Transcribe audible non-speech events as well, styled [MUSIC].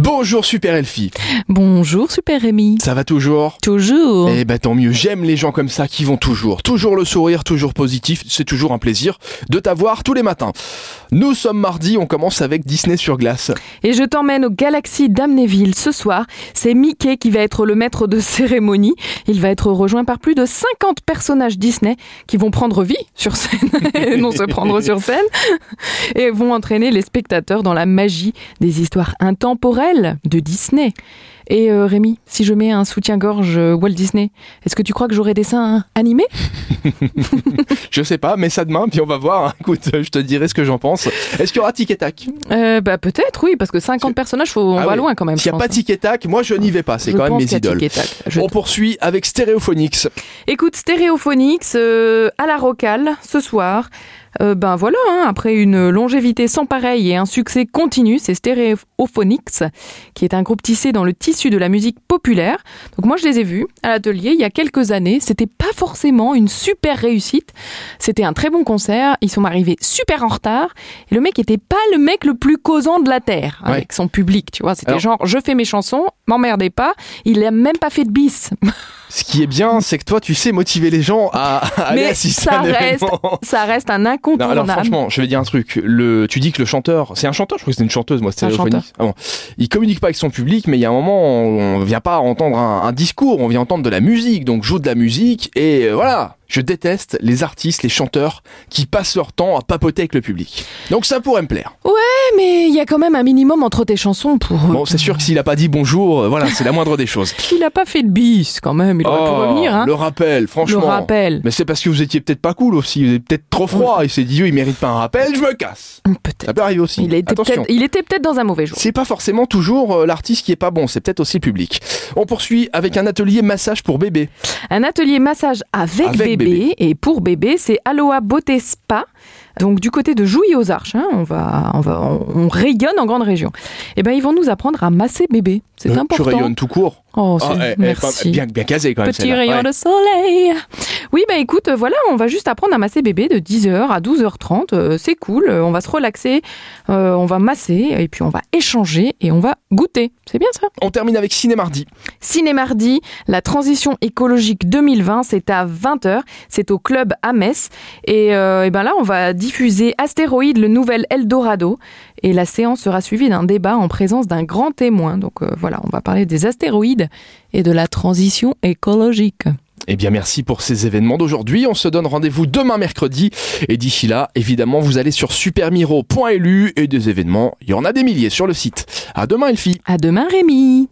Bonjour Super Elfie. Bonjour Super Rémi. Ça va toujours Toujours. Eh ben tant mieux, j'aime les gens comme ça qui vont toujours. Toujours le sourire, toujours positif, c'est toujours un plaisir de t'avoir tous les matins. Nous sommes mardi, on commence avec Disney sur glace. Et je t'emmène aux Galaxies d'Amnéville ce soir. C'est Mickey qui va être le maître de [LAUGHS] cérémonie. Il va être rejoint par plus de 50 personnages Disney qui vont prendre vie sur scène, [LAUGHS] et non se prendre sur scène, [LAUGHS] et vont entraîner les spectateurs dans la magie des histoires intemporelles de Disney. Et euh, Rémi, si je mets un soutien-gorge euh, Walt Disney, est-ce que tu crois que j'aurai des seins animés Je sais pas, mais ça demain, puis on va voir. [LAUGHS] hein. Écoute, je te dirai ce que j'en pense. Est-ce qu'il y aura Tic et Tac Euh, Bah peut-être, oui, parce que 50 personnages, faut, on Ah va oui. loin quand même. S'il je n'y a pense, pas hein. Tic et Tac, moi je n'y vais pas, c'est Je quand même pense mes qu'il y a idoles. tic et tac. Je- On poursuit avec Stéréophonix. Écoute, Stéréophonix euh, à la rocale ce soir. Euh, ben voilà, hein, après une longévité sans pareille et un succès continu, c'est Stéréophonix, qui est un groupe tissé dans le tissu de la musique populaire. Donc moi, je les ai vus à l'atelier il y a quelques années. C'était pas forcément une super réussite. C'était un très bon concert. Ils sont arrivés super en retard. Et le mec était pas le mec le plus causant de la terre Ouais. avec son public. Tu vois, c'était Alors- genre je fais mes chansons, m'emmerdez pas. Il a même pas fait de bis. Ce qui est bien, c'est que toi, tu sais motiver les gens à, [LAUGHS] à aller Mais assister ça à un reste événement. Ça reste un Non, incontournable. alors franchement, je vais dire un truc. Le, tu dis que le chanteur, c'est un chanteur, je crois que c'est une chanteuse, moi, un stéréophonique. Ah bon. Il communique pas avec son public, mais il y a un moment, on, on vient pas entendre un, un discours, on vient entendre de la musique, donc joue de la musique, et euh, voilà. Je déteste les artistes, les chanteurs qui passent leur temps à papoter avec le public. Donc ça pourrait me plaire. Ouais, mais il y a quand même un minimum entre tes chansons pour. euh, Bon, c'est sûr que s'il a pas dit bonjour, euh, voilà, c'est la moindre des choses. qu'il a pas fait de bis quand même. [LAUGHS] Il aurait pu Oh, revenir. Hein. Le rappel, franchement. Le rappel. Mais c'est parce que vous étiez peut-être pas cool aussi, vous étiez peut-être trop froid, et s'est dit, oh, il mérite pas un rappel, je me casse. Ça Peut-être. peut arriver aussi. Il était Attention. peut-être il était peut-être dans un mauvais jour. C'est pas forcément toujours euh, l'artiste qui est pas bon, c'est peut-être aussi le public. On poursuit avec un atelier massage pour bébé. Un atelier massage avec, Avec bébé, bébé. et pour bébé, c'est Aloha Beauté Spa. Donc du côté de Jouy aux Arches, hein, on va, on va, on, on rayonne en grande région. Eh ben ils vont nous apprendre à masser bébé. C'est Euh, important. Tu rayonnes tout court. Oh, c'est- Ah, eh, eh, pas- merci. bien, bien casé quand même. Petit celle-là. rayon Ouais. de soleil. Oui, bah écoute, euh, voilà, on va juste apprendre à masser bébé de 10h à 12h30. euh, c'est cool, euh, on va se relaxer, euh, on va masser, et puis on va échanger et on va goûter. C'est bien ça. On termine avec Ciné Mardi. Ciné mardi, la transition écologique 2020, c'est à 20h, c'est au club à Metz. Et, euh, eh ben là, on va diffuser Astéroïde, le nouvel Eldorado. Et la séance sera suivie d'un débat en présence d'un grand témoin. Donc euh, voilà, on va parler des astéroïdes et de la transition écologique. Eh bien, merci pour ces événements d'aujourd'hui. On se donne rendez-vous demain mercredi. Et d'ici là, évidemment, vous allez sur supermiro.lu et des événements. Il y en a des milliers sur le site. À demain, Elfie. À demain, Rémi.